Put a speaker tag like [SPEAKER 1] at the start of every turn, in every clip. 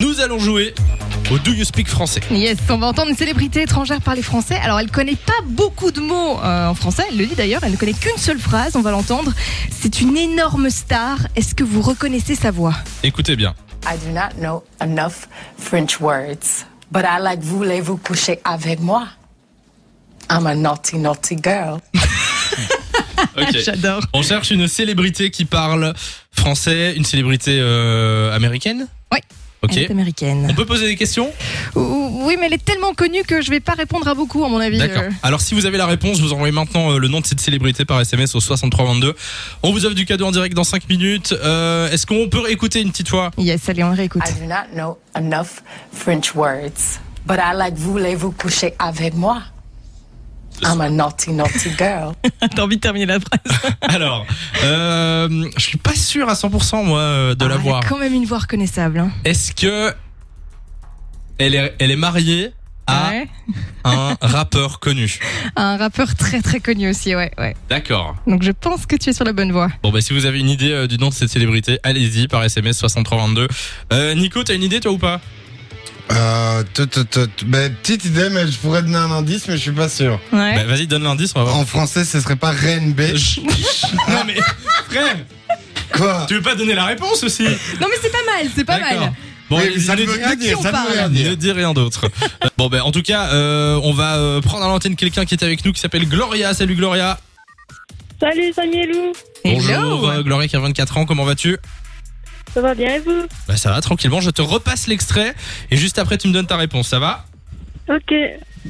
[SPEAKER 1] Nous allons jouer au Do You Speak français.
[SPEAKER 2] Yes, on va entendre une célébrité étrangère parler français. Alors, elle connaît pas beaucoup de mots euh, en français. Elle le dit d'ailleurs. Elle ne connaît qu'une seule phrase. On va l'entendre. C'est une énorme star. Est-ce que vous reconnaissez sa voix
[SPEAKER 1] Écoutez bien.
[SPEAKER 3] I do not know enough French words, but I like voulez-vous coucher avec moi? I'm a naughty, naughty girl.
[SPEAKER 1] Ok.
[SPEAKER 2] J'adore.
[SPEAKER 1] On cherche une célébrité qui parle français, une célébrité euh, américaine
[SPEAKER 2] Oui.
[SPEAKER 1] Ok.
[SPEAKER 2] Elle est américaine.
[SPEAKER 1] On peut poser des questions
[SPEAKER 2] Ouh, Oui, mais elle est tellement connue que je vais pas répondre à beaucoup, à mon avis.
[SPEAKER 1] D'accord.
[SPEAKER 2] Euh,
[SPEAKER 1] Alors si vous avez la réponse, vous envoyez maintenant euh, le nom de cette célébrité par SMS au 6322. On vous offre du cadeau en direct dans 5 minutes. Euh, Est-ce qu'on peut écouter une petite fois
[SPEAKER 2] Yes, allez, on réécoute.
[SPEAKER 3] I do not know enough French words, but I like voulez-vous coucher avec moi? I'm a naughty, naughty girl.
[SPEAKER 2] T'as envie de terminer la phrase
[SPEAKER 1] Alors, euh, je suis pas sûr à 100% moi euh,
[SPEAKER 2] Ah,
[SPEAKER 1] de la voir.
[SPEAKER 2] quand même une voix reconnaissable. hein.
[SPEAKER 1] Est-ce que elle est, elle est mariée à
[SPEAKER 2] Ouais.
[SPEAKER 1] un rappeur connu
[SPEAKER 2] Un rappeur très très connu aussi, ouais, ouais.
[SPEAKER 1] D'accord.
[SPEAKER 2] Donc je pense que tu es sur la bonne voie.
[SPEAKER 1] Bon bah si vous avez une idée euh, du nom de cette célébrité, allez-y par SMS 6322. Euh, Nico, t'as une idée toi ou pas
[SPEAKER 4] Euh, tout, tout, tout. Ben, petite idée, mais je pourrais donner un indice, mais je suis pas sûr.
[SPEAKER 2] Ouais.
[SPEAKER 1] Bah vas-y donne l'indice, on va voir.
[SPEAKER 4] En français, ce serait pas Reine B.
[SPEAKER 1] Chut, chut. non mais frère,
[SPEAKER 4] Quoi
[SPEAKER 1] tu veux pas donner la réponse aussi
[SPEAKER 2] Non mais c'est pas mal, c'est pas
[SPEAKER 1] D'accord.
[SPEAKER 2] mal.
[SPEAKER 1] Bon,
[SPEAKER 4] Oui, mais ça
[SPEAKER 1] ne
[SPEAKER 4] ne veut
[SPEAKER 1] dis-
[SPEAKER 4] rien
[SPEAKER 2] à qui
[SPEAKER 4] dire,
[SPEAKER 2] on
[SPEAKER 4] ça ne
[SPEAKER 2] parle
[SPEAKER 4] veut rien
[SPEAKER 1] ne
[SPEAKER 4] dire.
[SPEAKER 1] dis rien d'autre. bon ben en tout cas, euh, on va euh, prendre à l'antenne quelqu'un qui est avec nous qui s'appelle Gloria. Salut Gloria.
[SPEAKER 5] Salut Samy et Lou,
[SPEAKER 1] Bonjour euh, Gloria qui a 24 ans, comment vas-tu
[SPEAKER 5] ça va bien et vous
[SPEAKER 1] Bah ça va tranquillement, je te repasse l'extrait et juste après tu me donnes ta réponse, ça va
[SPEAKER 5] Ok,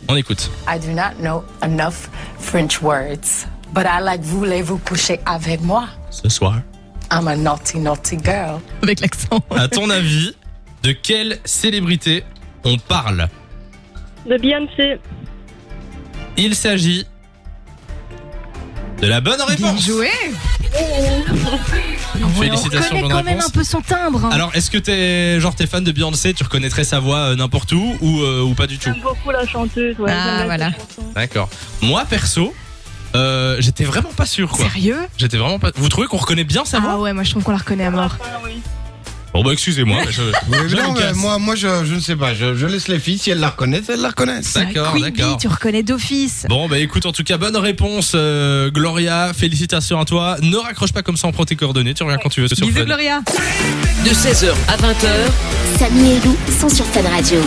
[SPEAKER 1] On écoute.
[SPEAKER 3] I do not know enough French words, but I like voulez-vous coucher avec moi?
[SPEAKER 1] Ce soir.
[SPEAKER 3] I'm a naughty, naughty girl.
[SPEAKER 2] Avec l'accent.
[SPEAKER 1] À ton avis, de quelle célébrité on parle
[SPEAKER 5] de Beyoncé.
[SPEAKER 1] Il s'agit de la bonne
[SPEAKER 2] Bien
[SPEAKER 1] réponse.
[SPEAKER 2] joué Ah ouais,
[SPEAKER 1] Félicitations,
[SPEAKER 2] On reconnaît
[SPEAKER 1] bonne
[SPEAKER 2] quand même
[SPEAKER 1] réponse.
[SPEAKER 2] un peu son timbre. hein.
[SPEAKER 1] Alors, est-ce que t'es genre t'es fan de Beyoncé, tu reconnaîtrais sa voix euh, n'importe où ou, euh, ou pas du tout
[SPEAKER 5] J'aime beaucoup la chanteuse, ouais.
[SPEAKER 2] Ah,
[SPEAKER 5] j'aime bien
[SPEAKER 2] voilà.
[SPEAKER 5] cette chanson.
[SPEAKER 1] D'accord. Moi perso, euh, j'étais vraiment pas sûr quoi.
[SPEAKER 2] Sérieux
[SPEAKER 1] J'étais vraiment pas. Vous trouvez qu'on reconnaît bien sa voix
[SPEAKER 2] Ah ouais, moi je trouve qu'on la reconnaît à mort.
[SPEAKER 5] Ah, oui.
[SPEAKER 1] Bon bah excusez-moi. mais je-
[SPEAKER 4] Oui,
[SPEAKER 1] je
[SPEAKER 4] non,
[SPEAKER 1] me
[SPEAKER 4] mais
[SPEAKER 1] casse.
[SPEAKER 4] moi, moi je, je ne sais pas. Je, je laisse les filles. Si elles la reconnaissent, elles la reconnaissent.
[SPEAKER 1] D'accord,
[SPEAKER 2] Queen Bee,
[SPEAKER 1] d'accord.
[SPEAKER 2] Tu reconnais d'office.
[SPEAKER 1] Bon bah écoute en tout cas bonne réponse euh, Gloria, félicitations à toi. Ne raccroche pas comme ça, on prend tes coordonnées, tu reviens quand tu veux sur
[SPEAKER 2] Bisous
[SPEAKER 1] Fun.
[SPEAKER 2] Gloria.
[SPEAKER 6] de 16h à 20h
[SPEAKER 7] Samy et Lou sont sur Fun Radio.